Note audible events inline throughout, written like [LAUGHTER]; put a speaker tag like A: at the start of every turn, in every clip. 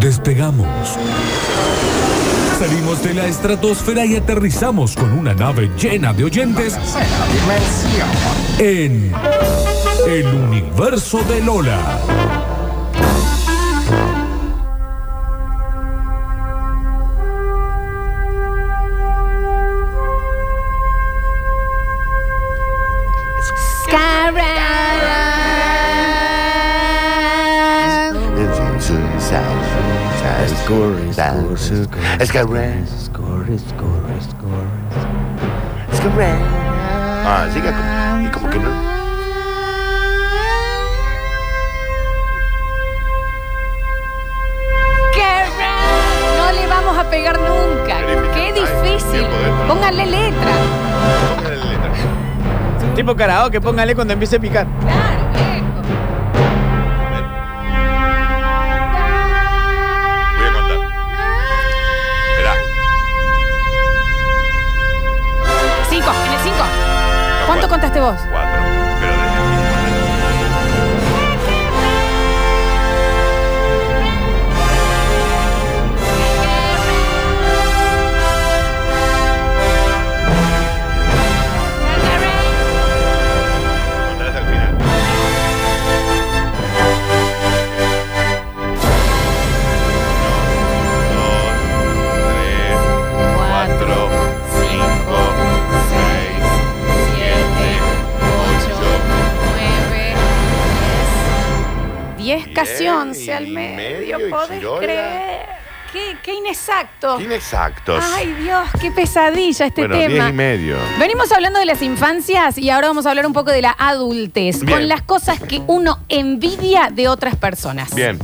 A: Despegamos. Salimos de la estratosfera y aterrizamos con una nave llena de oyentes en el universo de Lola.
B: Ah, siga como, y como que no.
C: No le vamos a pegar nunca. Qué difícil. Póngale letra.
D: Tipo karaoke, póngale cuando empiece a picar.
C: Claro, viejo.
B: Voy a contar. Espera.
C: Cinco, en el cinco. ¿Cuánto
B: cuatro.
C: contaste vos?
B: Cuatro. Pero desde el final. Contarás al final. Uno, dos, tres, cuatro, cinco, seis.
C: siete, ocho, nueve, diez. Diez casi
B: Diez
C: once
B: y
C: al medio,
B: medio y
C: ¿podés
B: Chirola.
C: creer? Qué, qué inexacto.
B: Inexactos.
C: Ay, Dios, qué pesadilla este
B: bueno,
C: tema.
B: diez y medio.
C: Venimos hablando de las infancias y ahora vamos a hablar un poco de la adultez,
B: Bien.
C: con las cosas que uno envidia de otras personas.
B: Bien.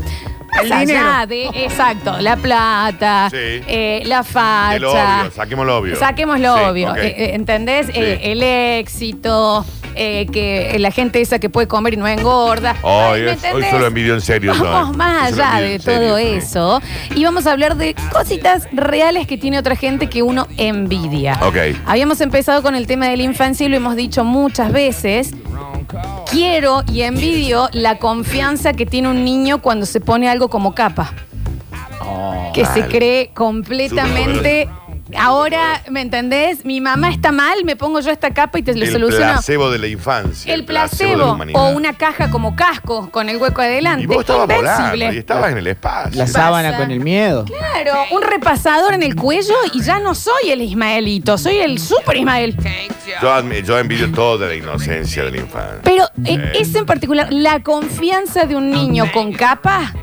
C: Más
D: El
C: allá
D: dinero.
C: de, exacto, la plata,
B: Sí.
C: eh, la
B: De
C: facha.
B: lo obvio, saquemos lo obvio.
C: Saquemos lo
B: Sí,
C: obvio,
B: ok.
C: eh, eh, ¿entendés?
B: Sí.
C: Eh, el éxito, eh, que la gente esa que puede comer y no engorda. Ay,
B: Hoy,
C: ¿me
B: es- hoy
C: entendés?
B: se lo envidio en serio.
C: Vamos
B: Zoe.
C: más
B: Se lo
C: allá
B: envidio
C: de
B: en serio,
C: todo
B: sí.
C: eso y vamos a hablar de cositas reales que tiene otra gente que uno envidia.
B: Ok.
C: Habíamos empezado con el tema de la infancia y lo hemos dicho muchas veces. Quiero y envidio la confianza que tiene un niño cuando se pone algo como capa.
B: Oh.
C: que se
B: mal.
C: cree completamente. Ahora, ¿me entendés? Mi mamá está mal, me pongo yo esta capa y te lo
B: El
C: soluciono.
B: placebo de la infancia.
C: el
B: de la
C: placebo
B: humanidad.
C: o una caja como casco con el hueco adelante.
B: Y vos estabas volando y
C: Invencible.
B: estabas en el espacio.
D: La sábana con el miedo.
C: Claro, un repasador en el cuello y ya no soy el Ismaelito, soy el super Ismael.
B: Yo, admi- yo envidio toda la inocencia de la infancia.
C: Pero eh, ese en particular, la confianza de un niño con capa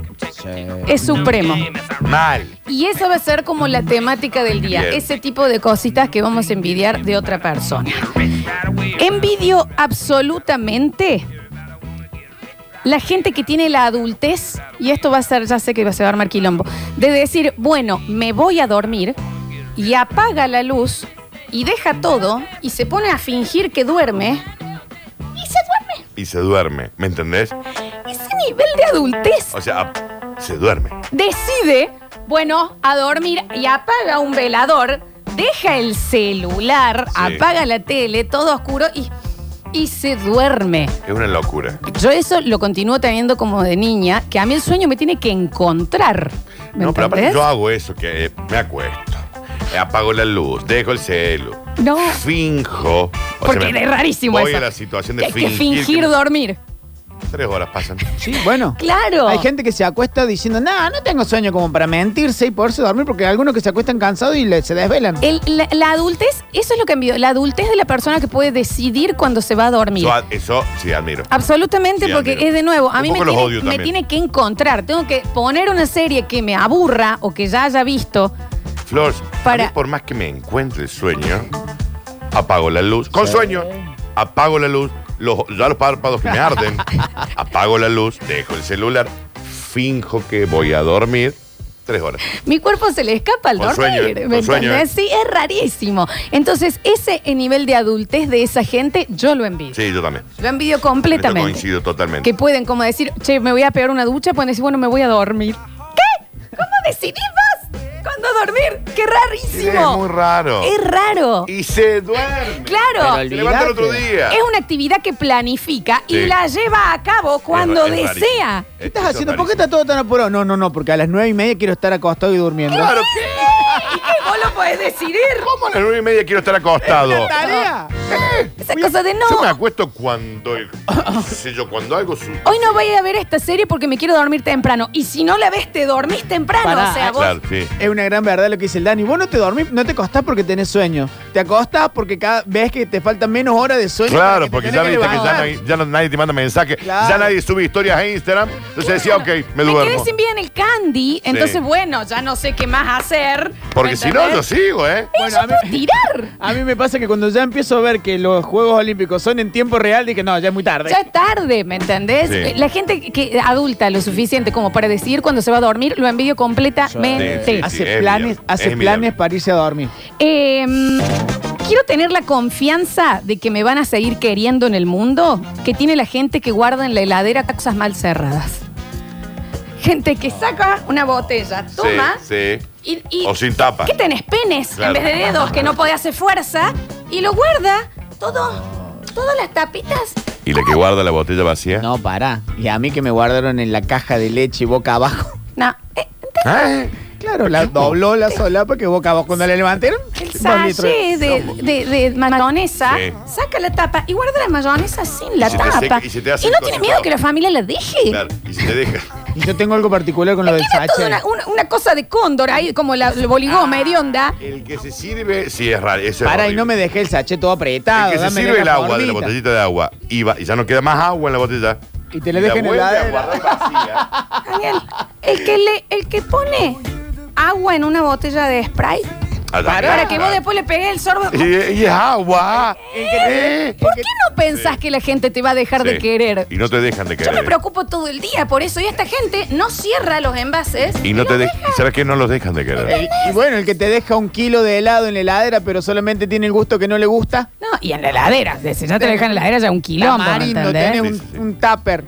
C: es supremo.
B: Mal.
C: Y esa va a ser como la temática del día,
B: Bien.
C: ese tipo de cositas que vamos a envidiar de otra persona. Envidio absolutamente la gente que tiene la adultez, y esto va a ser, ya sé que se va a armar quilombo, de decir, bueno, me voy a dormir y apaga la luz y deja todo y se pone a fingir que duerme y se duerme.
B: Y se duerme, ¿me entendés?
C: Ese nivel de adultez
B: O sea, ap- se duerme.
C: decide, bueno, a dormir y apaga un velador, deja el celular,
B: Sí.
C: apaga la tele, todo oscuro y, y se duerme.
B: Es una locura.
C: Yo eso lo continúo teniendo como de niña, que a mí el sueño me tiene que encontrar. ¿Me
B: No, pero aparte
C: entendés?
B: yo hago eso, que eh, me acuesto, eh, apago la luz, dejo el celu,
C: No.
B: finjo. O
C: Porque
B: me-
C: es rarísimo
B: voy
C: eso.
B: a la situación
C: Que
B: de
C: hay que
B: fingir.
C: fingir
B: que-
C: dormir.
B: Tres horas pasan.
D: Sí, bueno.
C: Claro.
D: Hay gente que se acuesta diciendo, nada, no tengo sueño como para mentirse y poderse dormir, porque hay algunos que se acuestan cansados y le- se desvelan.
C: El- la, la adultez, eso es lo que envidio, la adultez de la persona que puede decidir cuando se va a dormir.
B: Yo ad- eso sí admiro.
C: Absolutamente,
B: Sí,
C: porque
B: admiro.
C: es de nuevo, a
B: Un
C: mí me
B: poco los
C: tiene,
B: odio
C: me
B: también.
C: tiene que encontrar. Tengo que poner una serie que me aburra o que ya haya visto.
B: Flores,
C: Para-
B: a mí por más que me encuentre el sueño, apago la luz. Con sueño, apago la luz. Los, ya los párpados que
C: [LAUGHS]
B: me arden. apago la luz, dejo el celular, finjo que voy a dormir. Tres horas.
C: Mi cuerpo se le escapa al
B: Con
C: dormir.
B: sueño, eh,
C: ¿Me
B: con sueño,
C: entendés? Sí, es rarísimo. Entonces, ese nivel de adultez de esa gente, yo lo envidio.
B: Sí, yo también.
C: Lo envidio
B: En esto
C: completamente.
B: coincido totalmente.
C: que pueden como decir, che, me voy a pegar una ducha, pueden decir, bueno, me voy a dormir. ¿Qué? ¿Cómo decidís vos cuando dormir. ¡Qué
B: Es
C: rarísimo!
B: muy raro.
C: Es raro.
B: Y se duerme.
C: Claro.
B: Se levanta el otro
D: Olvídate.
B: día.
C: Es una actividad que planifica y
B: Sí.
C: la lleva a cabo cuando
B: Es- es rarísimo.
C: desea.
B: Es-
D: ¿Qué estás
B: eso
D: haciendo?
B: es
D: ¿Por qué está
B: rarísimo.
D: todo tan apurado? No, no, no, porque a las nueve y media quiero estar acostado y durmiendo.
B: Claro,
C: [LAUGHS] ¿Y qué vos lo podés decidir?
B: ¿cómo a las nueve y media quiero estar acostado?
D: ¿Tarea?
C: Esa cosa de no.
B: Yo me acuesto cuando, el- no sé yo, cuando algo sucede.
C: Hoy no voy a ver esta serie porque me quiero dormir temprano. Y si no la ves, te dormís temprano.
D: Pará,
C: o sea,
D: eh,
C: vos.
B: Claro, sí.
D: Es una gran verdad lo que dice el Dani. Vos no te dormís, no te acostás porque tenés sueño. Te acostás porque cada vez que te faltan menos horas de sueño. para
B: Claro,
D: te
B: porque ya
D: tenés
B: viste que ya,
D: levantar.
B: no hay- ya no- nadie te manda mensajes,
D: Claro.
B: ya nadie sube historias a Instagram. Entonces decía, ok, me
C: quedé
B: duermo.
C: sin vida en el candy, entonces bueno, ya no sé qué más hacer.
B: Porque si no, yo
C: ¿entendés?
B: sigo, ¿eh?
C: Y
D: Bueno,
C: yo
D: a mí-
C: puedo
D: [LAUGHS]
C: tirar.
D: A mí me pasa que cuando ya empiezo a ver que los Juegos Olímpicos son en tiempo real, dije, no, ya es muy tarde.
C: Ya es tarde, ¿me entendés?
B: Sí.
C: La gente que adulta lo suficiente como para decidir cuándo se va a dormir, lo envidio completamente.
B: Sí, sí,
D: hace
B: sí, [LAUGHS] es
D: planes,
B: bien.
D: hace
B: Es bien.
D: planes para irse a dormir.
C: Eh, mm, quiero tener la confianza de que me van a seguir queriendo en el mundo que tiene la gente que guarda en la heladera cosas mal cerradas. Gente que saca una botella, toma
B: Sí, sí.
C: y, y-
B: O sin tapa.
C: ¿Qué tenés? Penes
B: Claro.
C: en vez de dedos que no podés hacer fuerza y lo guarda todo, todas las tapitas.
B: ¿Y la que guarda la botella vacía?
D: No, pará. Y a mí que me guardaron en la caja de leche boca abajo.
C: No, eh,
B: ¿Eh?
D: [LAUGHS] Claro, la dobló la solapa que boca abajo. Cuando la levantaron,
C: el
D: dos litros.
C: sachet de, de- de mayonesa,
B: Sí.
C: saca la tapa y guarda la mayonesa sin la
B: Y se te
C: tapa.
B: seca- y se te hace
C: no
B: el
C: tiene
B: coso
C: miedo
B: abajo.
C: que la familia la deje.
B: Claro, y se te deja.
D: Y yo tengo algo particular con lo del
C: Era toda una,
D: sachet.
C: una- una cosa de cóndor ahí, como la, el
B: Ah.
C: boligoma hedionda.
B: El que se sirve, sí, es raro. Eso es
D: Pará, y
B: horrible.
D: no me dejé el sachet todo apretado.
B: El que se
D: dámele
B: sirve
D: la
B: el agua de la
D: formita.
B: botellita de agua y, va- y ya no queda más agua en la botella.
D: Y te la dejan en
B: vuelve
D: la
B: a
D: heladera.
B: guardar vacía.
C: [LAUGHS] Daniel, el que, le, el que pone agua en una botella de spray
B: Ah,
D: Pará.
C: para que vos después le pegues el sorbo.
B: Y, y es agua. ¿Eh?
C: ¿Por qué no pensás que la gente te va a dejar de
B: Sí.
C: querer?
B: Y no te dejan de
C: Yo
B: querer.
C: me preocupo todo el día por eso y esta gente no cierra los envases.
B: Y no te
C: los
B: de- ¿y ¿Sabes qué? No los dejan de querer.
D: El- y bueno, el que te deja un kilo de helado en la heladera, pero solamente tiene el gusto que no le gusta.
C: No, y en la heladera. Si ya te dejan en la heladera ya un quilombo, ¿me
D: Tamarindo,
C: entendés?
D: tiene
B: Sí, sí, sí.
D: un, un tupper.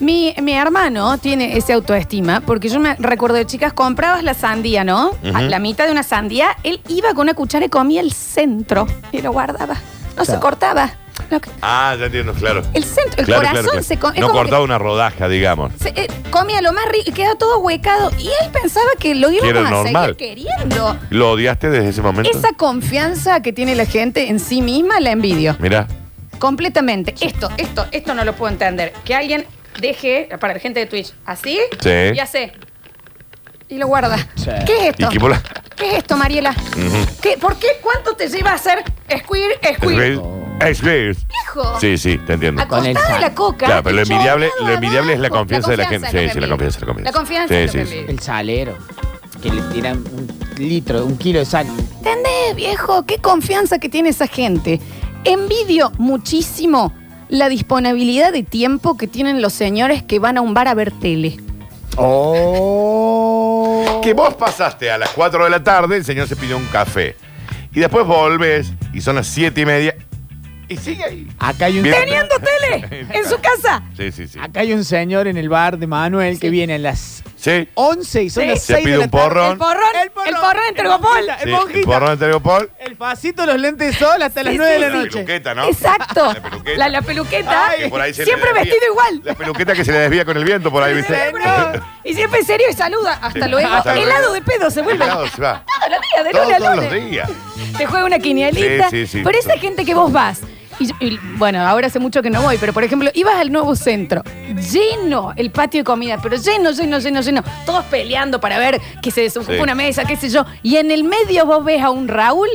C: Mi, mi hermano tiene ese autoestima, porque yo me recuerdo de chicas, comprabas la sandía, ¿no?
B: Ujú.
C: A la mitad de una sandía, él iba con una cuchara y comía el centro y lo guardaba. No se
D: Claro.
C: cortaba. No,
B: Ah, ya entiendo, claro.
C: el centro, el
B: Claro,
C: corazón
B: claro, claro.
C: se co- es
B: No
C: como que
B: cortaba una rodaja, digamos.
C: se- eh, comía lo más rico y quedaba todo huecado. Y él pensaba que lo
B: Que
C: íbamos
B: era
C: a seguir
B: normal.
C: queriendo.
B: ¿Lo odiaste desde ese momento?
C: Esa confianza que tiene la gente en sí misma la envidio.
B: Mirá.
C: Completamente. Esto, esto, esto no lo puedo entender. Que alguien deje, para la gente de Twitch, así
B: Sí.
C: y hace. Y lo guarda.
D: Sí.
C: ¿Qué es esto?
B: Y que bola-
C: ¿Qué es esto, Mariela? ¿Qué- ¿Por qué? ¿Cuánto te lleva a hacer squeer, squeer?
B: Es gris.
C: Hijo.
B: Sí, sí, te entiendo.
C: A costa de la coca.
B: Claro, pero lo
C: chorreado
B: envidiable- lo
C: abajo.
B: envidiable es la confianza de la gente.
C: es
B: Sí, sí,
C: lo
B: la
C: que envidio.
B: confianza, la confianza.
C: La confianza
B: Sí,
C: es lo
B: sí,
C: que
B: sí.
C: envidio.
D: El salero. Que le tiran un litro, un kilo de sal.
C: ¿Entendés, Eh, viejo? ¿Qué confianza que tiene esa gente? Envidio muchísimo la disponibilidad de tiempo que tienen los señores que van a un bar a ver tele.
D: Oh.
B: Que vos pasaste a las 4 de la tarde, el señor se pidió un café. Y después volves y son las 7 y media. Y sigue ahí.
D: Acá hay un
B: Bien.
C: ¡Teniendo
B: [LAUGHS]
C: tele! ¡En su casa!
B: Sí, sí, sí.
D: acá hay un señor en el bar de Manuel que viene a las
B: Sí.
C: Oh,
D: 11 y son
C: Sí.
D: las
B: Se
D: 6
B: pide
D: de la
B: un
D: tarde.
B: porrón.
C: El porrón, el porrón, en Tergopol.
D: monjita,
B: sí,
D: el monjita.
B: porrón de Tario Paul.
D: El facito, los lentes de sol hasta las
C: Sí,
D: 9
C: sí,
D: de
B: La
D: la noche.
B: peluqueta, ¿no?
C: Exacto.
B: La peluqueta.
C: La, la peluqueta.
B: Ah, Que por ahí se le
C: siempre
B: desvía.
C: vestido igual.
B: La peluqueta que se le desvía con el viento por ahí, ¿viste?
D: Señor.
C: Y siempre serio y saluda. Hasta
B: Sí.
C: luego.
B: Hasta luego.
C: Helado de pedo se vuelve.
B: Claro, se va.
C: Todos los días, de lunes a
B: [LAUGHS] Todos los
C: lunes.
B: días.
C: Te juega una quinielita.
B: Sí, sí, sí.
C: Pero esa gente que vos vas. Y, yo- y, bueno, ahora hace mucho que no voy, pero por ejemplo, ibas al nuevo centro, lleno el patio de comida, pero lleno, lleno, lleno, lleno. Todos peleando para ver que se desocupa
B: Sí.
C: una mesa, qué sé yo. Y en el medio vos ves a un Raúl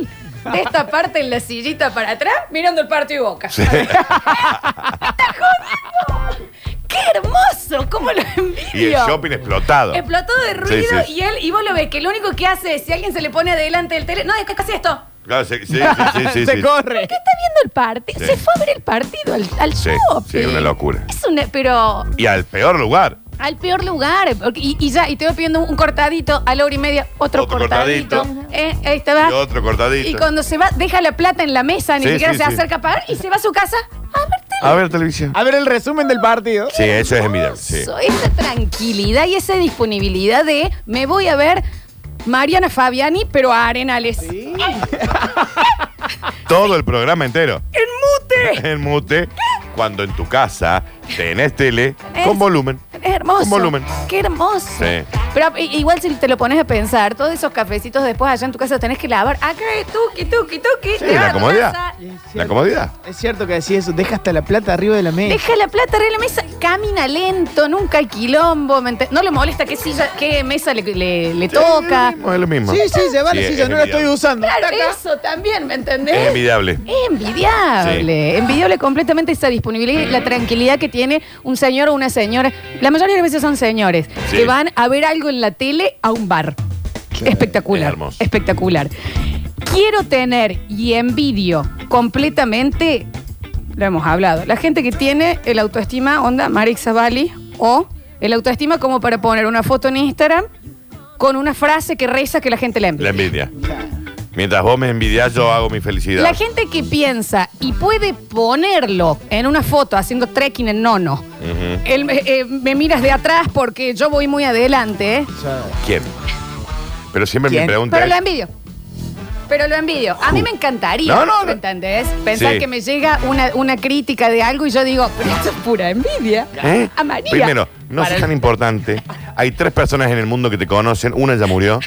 C: de esta parte en la sillita para atrás, mirando el patio de boca. ¡Me está jodiendo! ¡Qué hermoso! ¡Cómo lo envidio!
B: Y el shopping explotado.
C: Explotado de ruido
B: Sí, sí.
C: y él, y vos lo ves, que lo único que hace es si alguien se le pone adelante del tele. No, es que casi esto.
B: Claro, sí, sí, sí, sí, [LAUGHS] sí,
D: [LAUGHS] Se
B: sí.
D: corre.
C: Está viendo el partido.
B: Sí.
C: Se fue a ver el partido al, al
B: Sí,
C: shopping.
B: sí, una locura.
C: Es una, pero
B: Y al peor lugar.
C: al peor lugar. porque- Y, y ya, y te voy pidiendo un cortadito a la hora y media, otro,
B: Otro
C: cortadito.
B: cortadito.
C: Eh, ahí te
B: Y
C: va.
B: otro cortadito.
C: Y cuando se va, deja la plata en la mesa, ni
B: Sí,
C: siquiera
B: sí,
C: se
B: sí.
C: acerca a pagar y se va a su casa a ver tele.
B: A ver televisión.
D: A ver el resumen del partido.
B: Sí, eso es envidiable. Sí.
C: Esa tranquilidad y esa disponibilidad de me voy a ver Mariana Fabiani, pero a Arenales.
B: Todo el programa entero.
C: ¡En mute!
B: En mute, cuando en tu casa tenés tele
C: Es-
B: con volumen.
C: Es hermoso.
B: Con volumen.
C: Qué hermoso.
B: Sí.
C: Pero i- igual si te lo pones a pensar, todos esos cafecitos después allá en tu casa los tenés que lavar. Ah, Acá, tuqui, tuqui, tuqui.
B: Sí,
C: te vas a
B: la
C: tu
B: comodidad.
C: casa.
B: La comodidad.
D: Es cierto que decís eso, deja hasta la plata arriba de la mesa.
C: Deja la plata arriba de la mesa, camina lento, nunca hay quilombo, ¿me ente- no le molesta qué silla, qué mesa le, le- le toca.
B: Sí, Es lo mismo.
D: Sí, sí, lleva
B: Sí,
D: la
B: es
D: silla, no la
B: envidiable.
D: estoy usando.
C: Claro,
D: Taca.
C: eso también, ¿me entendés?
B: Es envidiable.
C: Es envidiable, envidiable completamente esa disponibilidad y la tranquilidad que tiene un señor o una señora. La mayoría de las veces son señores
B: Sí.
C: que van a ver algo en la tele a un bar.
B: Es
C: Espectacular,
B: hermoso.
C: espectacular. Quiero tener y envidio completamente, lo hemos hablado, la gente que tiene el autoestima, onda, Marix Zavali, o el autoestima como para poner una foto en Instagram con una frase que reza que la gente la envidia.
B: La envidia. Mientras vos me envidias, yo hago mi felicidad.
C: La gente que piensa y puede ponerlo en una foto haciendo trekking en nono.
B: Ujú.
C: El- eh, eh, me miras de atrás porque yo voy muy adelante, ¿eh?
B: ¿Quién? Pero siempre
D: ¿Quién?
B: me pregunta.
C: Pero lo
B: es-
C: envidio. Pero lo envidio. A mí me encantaría,
B: No, no, no.
C: ¿me entendés? Pensar
B: Sí.
C: que me llega una, una crítica de algo y yo digo, pero esto es pura envidia.
B: ¿Eh?
C: A María.
B: Primero, no
C: Para-
B: es tan importante. Hay tres personas en el mundo que te conocen, una ya murió.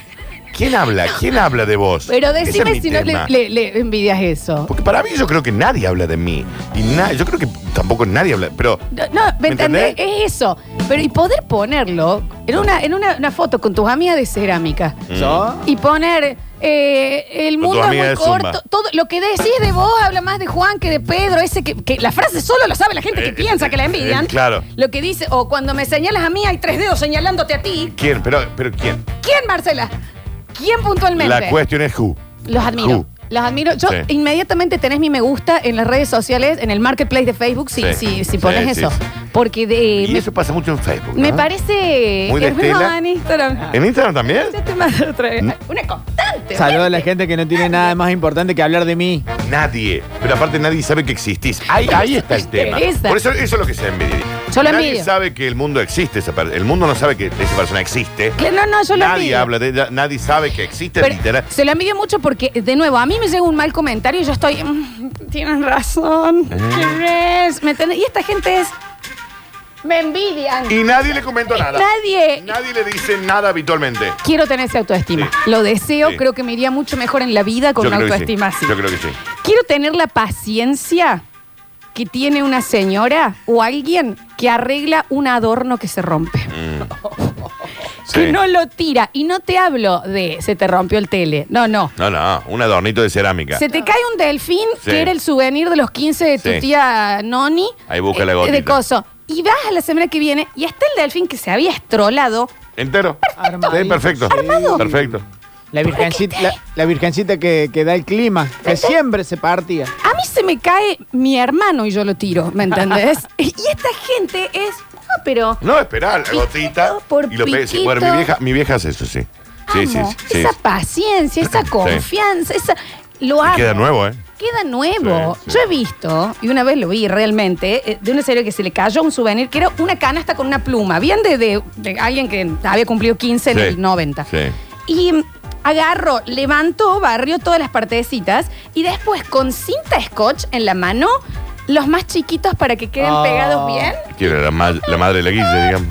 B: ¿Quién habla? ¿Quién habla de vos?
C: Pero
B: Ese es
C: decime
B: mi
C: si no le,
B: tema.
C: le- le envidias eso.
B: Porque para mí yo creo que nadie habla de mí. Y na- yo creo que tampoco nadie habla. Pero.
C: No, no, ¿me, entendés? Es eso. Pero y poder ponerlo en una, en una, una foto con tus amigas de cerámica.
B: Mm.
D: Yo,
C: y poner eh, el
B: Con tu
C: mundo es
B: amiga
C: muy
B: de Zumba.
C: corto. Todo lo que decís de vos habla más de Juan que de Pedro. Ese que, que la frase solo la sabe la gente que
B: Eh,
C: piensa que la
B: eh,
C: envidian.
B: eh, claro.
C: Lo que dice, o cuando me señalas a mí hay tres dedos señalándote a ti.
B: ¿Quién? Pero, pero ¿quién?
C: ¿Quién, Marcela? ¿Quién puntualmente?
B: La cuestión es who.
C: Los admiro.
B: Who.
C: Los admiro. Yo
B: Sí.
C: inmediatamente tenés mi me gusta en las redes sociales, en el marketplace de Facebook, si,
B: Sí.
C: si, si
B: Sí,
C: pones
B: sí,
C: eso.
B: sí.
C: Porque de,
B: Y
C: Eh, me,
B: eso pasa mucho en Facebook.
C: me
B: ¿no?
C: parece.
B: Muy de
C: hermoso
B: Estela.
C: en Instagram.
B: ¿En Instagram también?
C: Ya te mando otra vez.
B: Mm.
C: Una constante.
D: saludo a la
C: gente.
D: gente que no tiene nada más importante que hablar de mí.
B: Nadie. Pero aparte nadie sabe que existís. Ahí, ahí está
C: [LAUGHS]
B: el tema.
C: interesa.
B: Por eso, eso es lo que se envidia.
C: Yo lo
B: nadie
C: envidio.
B: sabe que el mundo existe. esa per- el mundo no sabe que esa persona existe.
C: Claro, No, no, yo lo
B: nadie
C: envidio.
B: habla de ella. Nadie sabe que existe.
C: Pero
B: literal.
C: se lo envidio mucho porque, de nuevo, a mí me llega un mal comentario y yo estoy. "Mm, Tienes razón.
B: ¿Eh?
C: ¿Qué ¿Me entendés? Y esta gente es. Me envidian.
B: Y nadie le comentó nada.
C: eh, Nadie.
B: Nadie le dice nada habitualmente.
C: Quiero tener esa autoestima.
B: Sí.
C: Lo deseo,
B: Sí.
C: creo que me iría mucho mejor en la vida con
B: Yo
C: una
B: creo que sí.
C: autoestima así.
B: Yo creo que sí.
C: Quiero tener la paciencia que tiene una señora o alguien que arregla un adorno que se rompe.
B: Mm, Sí.
C: Que no lo tira. Y no te hablo de se te rompió el tele. No, no.
B: No, no, un adornito de cerámica.
C: Se te cae un delfín
B: Sí.
C: que era el souvenir de los 15 de tu
B: Sí.
C: tía Noni.
B: Ahí busca la
C: eh, De
B: gotita.
C: coso. Y vas a la semana que viene y está el delfín que se había estrolado.
B: ¿Entero?
D: Armadito,
B: Sí, perfecto.
D: sí.
C: Armado.
B: Perfecto.
D: La virgencita, la, la virgencita que, que da el clima, que siempre se partía.
C: A mí se me cae mi hermano y yo lo tiro, ¿me
B: [LAUGHS]
C: entendés? y esta gente es. No, pero.
B: No, esperar,
C: Piquito
B: la gotita.
C: por
B: y lo pe- sí,
C: piquito.
B: Bueno, mi vieja, mi vieja hace eso, sí. Sí, sí,
C: amo,
B: sí, sí.
C: Esa paciencia, esa confianza, esa. Lo amo.
B: Queda nuevo, ¿eh?
C: Queda nuevo.
B: Sí, sí.
C: Yo he visto, y una vez lo vi realmente, eh, de una serie que se le cayó un souvenir, que era una canasta con una pluma. Bien de, de- de alguien que había cumplido 15 en
B: Sí,
C: el 90.
B: sí.
C: Y mm, agarró, levantó, barrió todas las partecitas y después con cinta scotch en la mano, los más chiquitos para que queden
D: Ah.
C: pegados bien.
B: Quiero la, ma- la madre de la guille, digamos.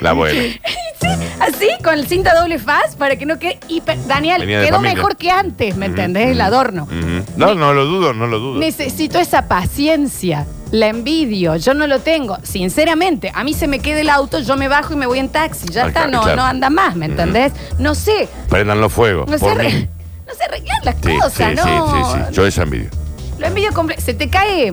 B: La abuela.
C: Así, con el cinta doble faz para que no quede. Y pe- Daniel,
B: Venía de
C: quedó
B: familia.
C: mejor que antes, ¿me entendés? El adorno.
B: Ujú. No, no lo dudo, no lo dudo.
C: Necesito esa paciencia. La envidio, yo no lo tengo. Sinceramente, a mí se me queda el auto, yo me bajo y me voy en taxi. Ya
B: Ah,
C: está,
B: claro,
C: no,
B: claro.
C: no anda más, ¿me entendés? No sé,
B: Prendan los fuegos.
C: no sé,
B: por
C: arre-
B: mí.
C: [LAUGHS] no sé arreglar las
B: Sí,
C: cosas,
B: sí,
C: ¿no?
B: sí, sí, sí. Yo esa envidio.
C: Lo envidio completo. Se te cae,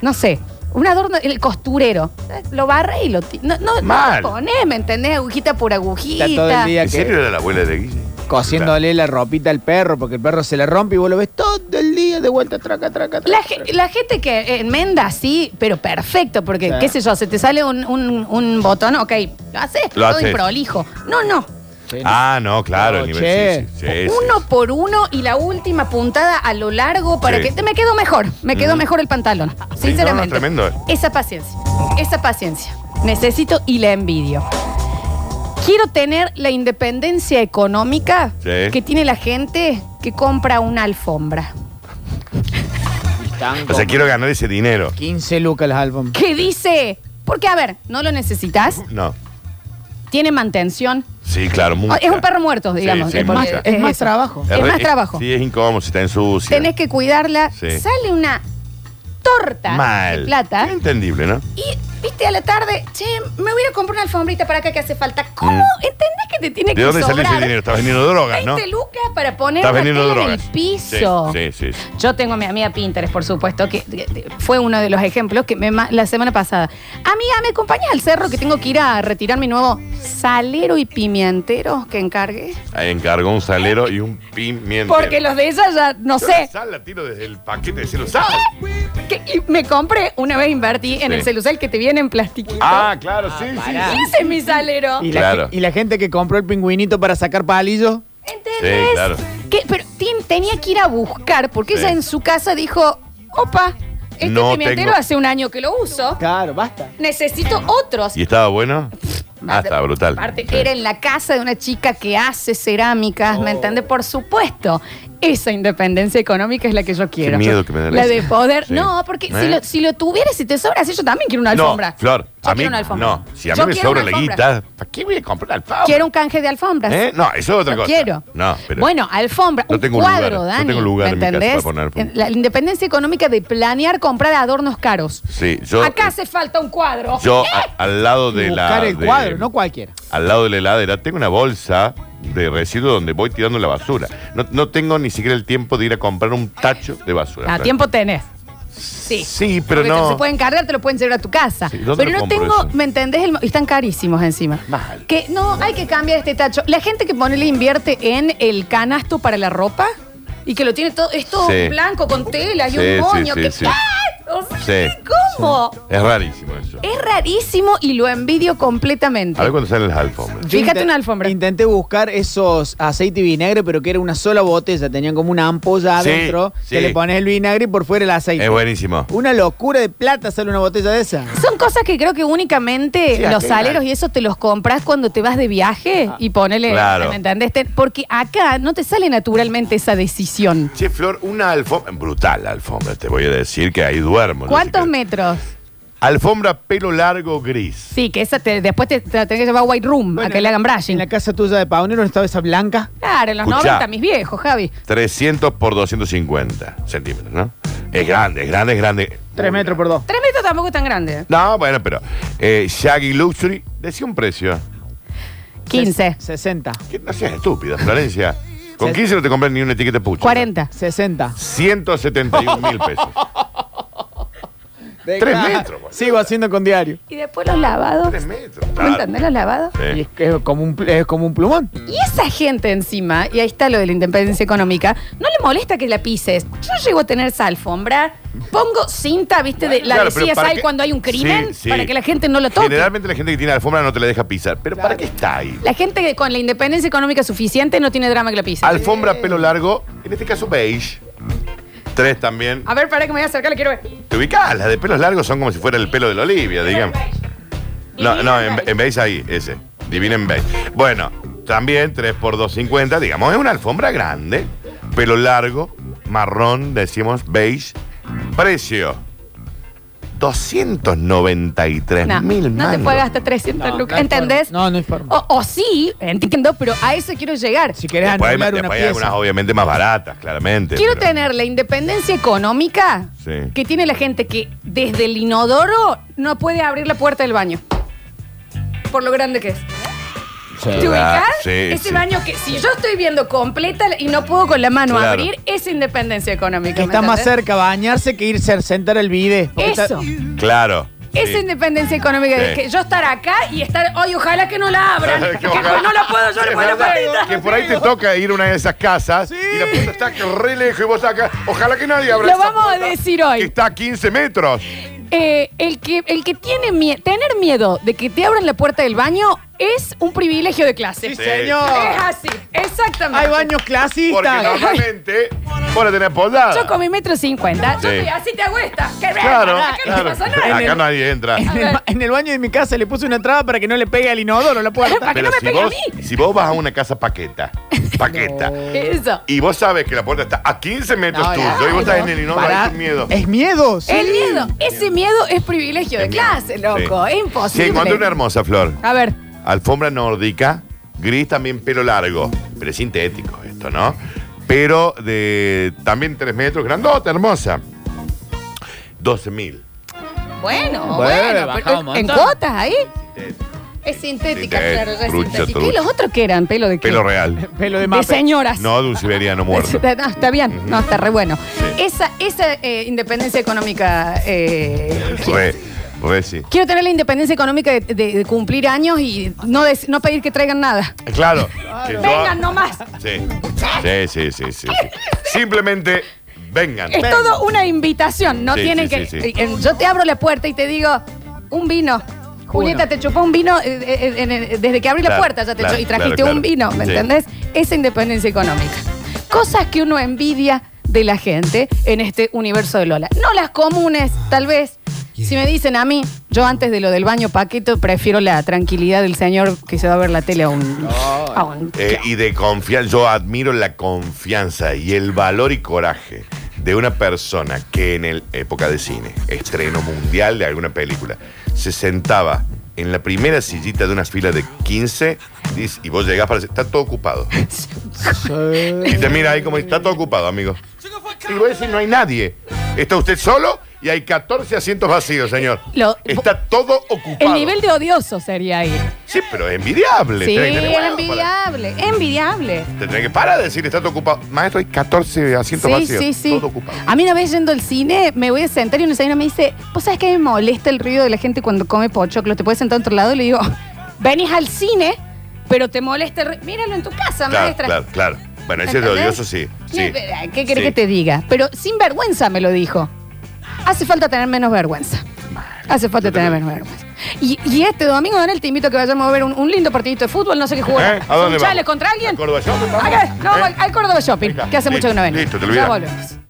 C: no sé, un adorno, el costurero. Eh, Lo barre y lo ti- No, no, no
B: Mal.
C: lo pones, ¿me entendés? Agujita por agujita.
D: Está todo el día
B: ¿En
D: que
B: serio era la abuela de Guille?
D: cosiéndole la ropita al perro porque el perro se le rompe y vos lo ves todo el día de vuelta, traca, traca, traca.
C: La, ge- la gente que enmenda así, pero perfecto, porque,
D: Sí.
C: qué sé yo, se te sale un, un- un botón, ok, lo haces,
B: Lo
C: todo
B: haces.
C: prolijo. No, no.
D: Sí,
B: Ah, no, claro, el
D: No, pues
B: nivel. Sí, sí, sí, sí.
C: uno por uno y la última puntada a lo largo para
B: Sí. Mm.
C: que. te- Me quedó mejor, me quedó mejor el pantalón. Sinceramente.
B: no, no, tremendo.
C: Esa paciencia, esa paciencia. Necesito y la envidio. Quiero tener la independencia económica
B: Sí.
C: que tiene la gente que compra una alfombra.
D: Tango.
B: O sea, quiero ganar ese dinero.
D: 15 lucas el álbum.
C: ¿Qué dice? Porque, a ver, no lo necesitas,
B: No.
C: tiene mantención. Ah,
B: Sí, claro, mucha.
C: Oh, Es un perro muerto,
B: Sí,
C: digamos.
B: sí,
C: Es porque-
B: mucha.
D: Es más
C: eso.
D: trabajo.
C: Es
B: re-
C: más trabajo.
B: Sí, es incómodo si está ensucia.
C: Tenés que cuidarla.
B: Sí.
C: Sale una torta
B: Mal.
C: de plata.
B: Entendible, ¿no?
C: Y, viste, a la tarde, che, me voy a ir a comprar una alfombrita para acá que hace falta. ¿Cómo? ¿Entendés que te tiene
B: Mm. ¿De
C: que
B: dónde sale
C: sobrar
B: ese dinero? Estás vendiendo drogas,
C: 20
B: ¿no?
C: lucas para poner
B: Estás
C: la
B: vendiendo
C: tela en
B: drogas.
C: el piso.
B: Sí, sí, sí. sí.
C: Yo tengo a mi amiga Pinterest, por supuesto, que que- que fue uno de los ejemplos que me ma- la semana pasada. Amiga, ¿me acompañas al cerro que tengo que ir a retirar mi nuevo salero y pimientero que encargué?
B: Ahí encargó un salero y un pimiento.
C: Porque los de ella ya, no
B: Yo
C: sé.
B: la Sal la tiro desde el paquete de cielo sal.
C: Que- y me compré, una vez invertí en
B: Sí.
C: el celucel que te viene en plastiquito.
B: Ah, claro, sí, sí.
D: pará.
C: Y ese es mi salero.
D: Y la,
B: Claro.
D: ge- y la gente que compró el pingüinito para sacar palillos.
C: ¿Entendés?
B: Sí, claro.
C: Que- pero Tim tenía que ir a buscar, porque
B: Sí.
C: ella en su casa dijo, opa, este
B: No
C: pimientero
B: tengo-
C: hace un año que lo uso,
D: Claro, basta.
C: necesito otros.
B: ¿Y estaba bueno? Ah, estaba brutal.
C: Aparte,
B: Sí.
C: era en la casa de una chica que hace cerámicas, ¿me entiendes? Por supuesto. Esa independencia económica es la que yo quiero.
B: miedo que me da
C: La
B: eso.
C: de poder.
B: Sí.
C: No, porque si,
B: ¿Eh?
C: lo, si lo tuvieras y te sobras, yo también quiero una
B: No,
C: alfombra.
B: Flor,
C: Yo
B: a mí
C: quiero una alfombra.
B: no. Si a mí
C: Yo
B: me
C: quiero
B: sobra
C: una
B: la
C: alfombra.
B: guita, ¿para qué voy a comprar alfombra?
C: Quiero un canje de alfombras.
B: ¿Eh? No, eso es otra
C: No
B: cosa.
C: quiero.
B: No, pero-
C: Bueno, alfombra.
B: No
C: un
B: tengo lugar,
C: cuadro,
B: no
C: Dani.
B: tengo lugar
C: ¿me
B: en mi casa
C: entendés?
B: para poner.
C: La independencia económica de planear comprar adornos caros.
B: Sí, yo. eh,
C: Acá hace falta un cuadro. [LAUGHS]
B: Yo a- al lado de la.
D: Buscar el
B: de-
D: cuadro, no cualquiera.
B: Al lado de la heladera tengo una bolsa de residuos donde voy tirando la basura. No, no tengo ni siquiera el tiempo de ir a comprar un tacho de basura.
C: A Ah, tiempo tenés. Sí.
B: Sí, pero
C: Porque te-
B: no.
C: Se pueden cargar, te lo pueden llevar a tu casa.
B: Sí, ¿dónde
C: pero
B: lo
C: no
B: compro
C: tengo,
B: eso?
C: ¿me entendés? El mo- y están carísimos encima.
B: Mal.
C: Que no, hay que cambiar este tacho. La gente que pone, le invierte en el canasto para la ropa y que lo tiene todo, es todo
B: Sí.
C: blanco con tela y
B: Sí,
C: un
B: sí,
C: moño.
B: sí,
C: que,
B: sí.
C: ¡Ah! O sea,
B: Sí.
C: ¿Cómo?
B: Es rarísimo eso.
C: Es rarísimo y lo envidio completamente.
B: A ver cuándo salen las alfombras.
D: Yo
C: Fíjate
D: inten-
C: una alfombra.
D: Intenté buscar esos aceite y vinagre, pero que era una sola botella. Tenían como una ampolla
B: Sí,
D: adentro
B: sí.
D: que le pones el vinagre y por fuera el aceite.
B: Es buenísimo.
C: Uh.
D: Una locura de plata sale una botella de esa.
C: Son cosas que creo que únicamente
B: Sí,
C: los
B: acá
C: saleros
B: hay- Ah.
C: y eso te los compras cuando te vas de viaje y ponele,
B: Claro.
C: ¿me entendés? Te- Porque acá no te sale naturalmente esa decisión.
B: Che, Flor, una alfombra. Brutal la alfombra, te voy a decir que ahí duermo. no sé
C: ¿Cuántos
B: qué.
C: metros?
B: Alfombra pelo largo gris.
C: Sí, que esa te- después te, te la tenés que llevar a White Room a
D: Bueno,
C: que le hagan
D: En
C: brushing.
D: la casa tuya de Paunero estaba esa blanca.
C: Claro, en los
B: Escuchá.
C: 90, mis viejos, Javi.
B: 300 por 250 centímetros, ¿no? Es grande, es grande, es grande.
D: Tres
B: Muy grande.
D: metros por dos.
C: Tres metros tampoco es tan grande.
B: No, bueno, pero. eh, Shaggy Luxury, decía un precio.
C: 15,
D: 60.
B: Que no seas estúpida, Florencia. Con 15 no te compras ni una etiqueta pucha.
C: 40.
D: 60.
B: 171 mil
C: [LAUGHS]
B: pesos. Tres metros, boludo.
D: Sigo haciendo con diario.
C: Y después los lavados.
B: 3 metros.
C: ¿Me entendés los lavados?
B: Sí.
D: Y es, que es como un, pl- es como un plumón.
C: Y esa gente encima, y ahí está lo de la independencia económica, no le molesta que la pises. Yo llego a tener esa alfombra, pongo cinta, viste, Este de, la
B: Claro,
C: de
B: pero
C: CSI
B: para que-
C: cuando hay un crimen,
B: Sí, sí.
C: para que la gente no lo toque.
B: Generalmente la gente que tiene la alfombra no te la deja pisar. ¿Pero para qué está ahí?
C: La gente que con la independencia económica suficiente no tiene drama que la pise.
B: Alfombra pelo largo, en este caso beige. Tres también.
C: A ver, para que me voy a acercar, la quiero ver.
B: Te ubicás, las de pelos largos son como si fuera el pelo de la Olivia, digamos. No, no, en, en beige ahí, ese. Divina en beige. Bueno, también 3 por 250, digamos, es una alfombra grande, pelo largo, marrón, decimos beige. Precio. 293
C: No,
B: mil
C: no te
B: mangos.
C: puede gastar 300
D: No, no
C: lucas.
D: hay
C: ¿Entendés?
D: forma. No, no hay forma.
C: O, o sí, entiendo, pero a eso quiero llegar.
D: Si querés
B: Después, hay-
D: anular una
B: después hay algunas
D: pieza.
B: obviamente más baratas, claramente.
C: Quiero
B: pero-
C: tener la independencia económica
B: Sí.
C: que tiene la gente que desde el inodoro no puede abrir la puerta del baño. Por lo grande que es. ¿Te ubicas?
B: Sí,
C: Ese
B: sí.
C: baño que si yo estoy viendo completa y no puedo con la mano
B: Claro.
C: abrir, es independencia económica.
D: Que
C: ¿me
D: está más
C: entendés?
D: cerca bañarse que irse a sentar el vide. Porque está-
C: Eso.
B: Claro.
C: Esa
B: sí.
C: independencia económica de
B: Sí.
C: que yo estar acá y estar, hoy ojalá que no la abran,
B: [LAUGHS] Claro,
C: que
B: que ojalá.
C: no la puedo yo
B: Es
C: le pongo la
B: verdad,
C: puertita.
B: Que por ahí te toca ir a una de esas casas y la puerta está que re lejos y vos estás acá. Ojalá que nadie abra
C: Lo
B: esa
C: vamos a
B: puerta,
C: decir hoy.
B: Que está a 15 metros.
C: Eh, el que el que tiene mie- tener miedo de que te abran la puerta del baño Es un privilegio de clase.
D: Sí,
B: Sí,
D: señor.
C: Es así, exactamente.
D: Hay baños
B: Porque
D: clasistas.
B: normalmente vos la tenés podada.
C: Yo con mi metro cincuenta, yo
B: Sí.
C: soy así te hago esta. ¿Qué
B: Claro,
C: raro, ¿qué
B: claro.
C: le pasa nada?
D: En
B: Acá
D: el-
B: nadie entra.
D: En el, ba- en el baño de mi casa le puse una traba para que no le pegue al inodoro la
C: [LAUGHS]
D: puerta.
C: Para que no me
B: si
C: pegue a
B: vos,
C: mí.
B: si vos vas a una
C: [LAUGHS]
B: casa paqueta, paqueta,
C: Eso.
B: y vos sabes que la puerta está a 15 metros
D: No,
B: tuyo,
D: no,
B: y vos estás
C: no.
B: en el inodoro,
D: Pará.
B: ahí tu miedo.
D: Es miedo. sí.
C: El miedo, ese miedo es privilegio de
B: Es miedo.
C: clase, loco.
B: Sí.
C: Es
B: Sí,
C: imposible.
B: encontré una hermosa flor.
C: A ver,
B: Alfombra nórdica, gris también pelo largo, pero es sintético esto, ¿no? Pero de también 3 metros, grandota, hermosa. 12 mil.
C: bueno, bueno,
D: Bueno,
C: pero
D: bajaba un montón.
C: en cuotas ahí. Es sintética,
B: Sintética,
C: claro, ya es
B: trucha,
C: sintética. ¿Y
B: trucha.
C: los otros qué eran? ¿Pelo de qué?
B: Pelo real.
D: Pelo de
C: de
D: mape.
C: señoras.
B: No de un siberiano muerto.
C: Está- [LAUGHS] no, está bien, no, está re bueno. Esa, esa eh, independencia económica. eh,
B: Re, re sí.
C: quiero tener la independencia económica de, de- de cumplir años y no, des- no pedir que traigan nada.
B: Claro. que yo-
C: Vengan nomás.
B: Sí. Sí, sí, sí, sí, sí. Simplemente vengan.
C: Es todo una invitación. No
B: Sí,
C: tienen
B: sí,
C: que.
B: sí, sí.
C: eh, Yo te abro la puerta y te digo, un vino. Julieta, te chupó un vino eh, eh, en el- desde que abrí la
B: Claro,
C: puerta ya te
B: claro,
C: chu- y trajiste
B: claro,
C: un
B: claro.
C: vino, ¿me
B: Sí.
C: entendés? Esa independencia económica. Cosas que uno envidia de la gente en este universo de Lola. No las comunes, tal vez. Si me dicen a mí, yo antes de lo del baño paqueto prefiero la tranquilidad del señor que se va a ver la tele a un... a un-
B: Eh, y de confianza, yo admiro la confianza y el valor y coraje de una persona que en el época de cine, estreno mundial de alguna película, se sentaba en la primera sillita de una fila de 15 dice- y vos llegás para decir, está todo ocupado. Y te mira ahí como, está todo ocupado, amigo. Y vos decís, no hay nadie. Está usted solo y hay 14 asientos vacíos, señor.
C: Lo-
B: está todo ocupado.
C: El nivel de odioso sería ahí.
B: Sí, pero es envidiable.
C: Sí,
B: Tenés que tener
C: era
B: huevos para-
C: envidiable, envidiable.
B: Te tenés que parar de decir, está todo ocupado. Maestro, hay 14 asientos
C: Sí,
B: vacíos.
C: sí, sí.
B: Todo ocupado.
C: A mí una vez yendo al cine, me voy a sentar y una señora me dice, ¿vos sabés que me molesta el ruido de la gente cuando come pochoclo? ¿Te puedes sentar a otro lado? Y le digo, venís al cine, pero te molesta el ruido. Míralo en tu casa,
B: Claro,
C: Ah, maestra.
B: claro, claro. Bueno, ese es
C: ¿Entendés?
B: odioso, sí.
C: No,
B: sí.
C: pero, ¿Qué querés
B: Sí.
C: que te diga? Pero sin vergüenza me lo dijo. Hace falta tener menos vergüenza. Hace falta
B: yo te
C: tener
B: lo-
C: menos vergüenza. Y, y este domingo, Daniel, te invito a que vayamos a ver un, un lindo partidito de fútbol, no sé qué jugar.
B: ¿Eh? ¿A dónde
C: ¿Chales
B: vamos?
C: contra alguien?
B: ¿Al Córdoba Shopping vamos?
C: Acá, no,
B: ¿Eh?
C: al Córdoba Shopping,
B: Venga,
C: que hace mucho que no venimos.
B: listo, te
C: Ya
B: olvidás.
C: volvemos.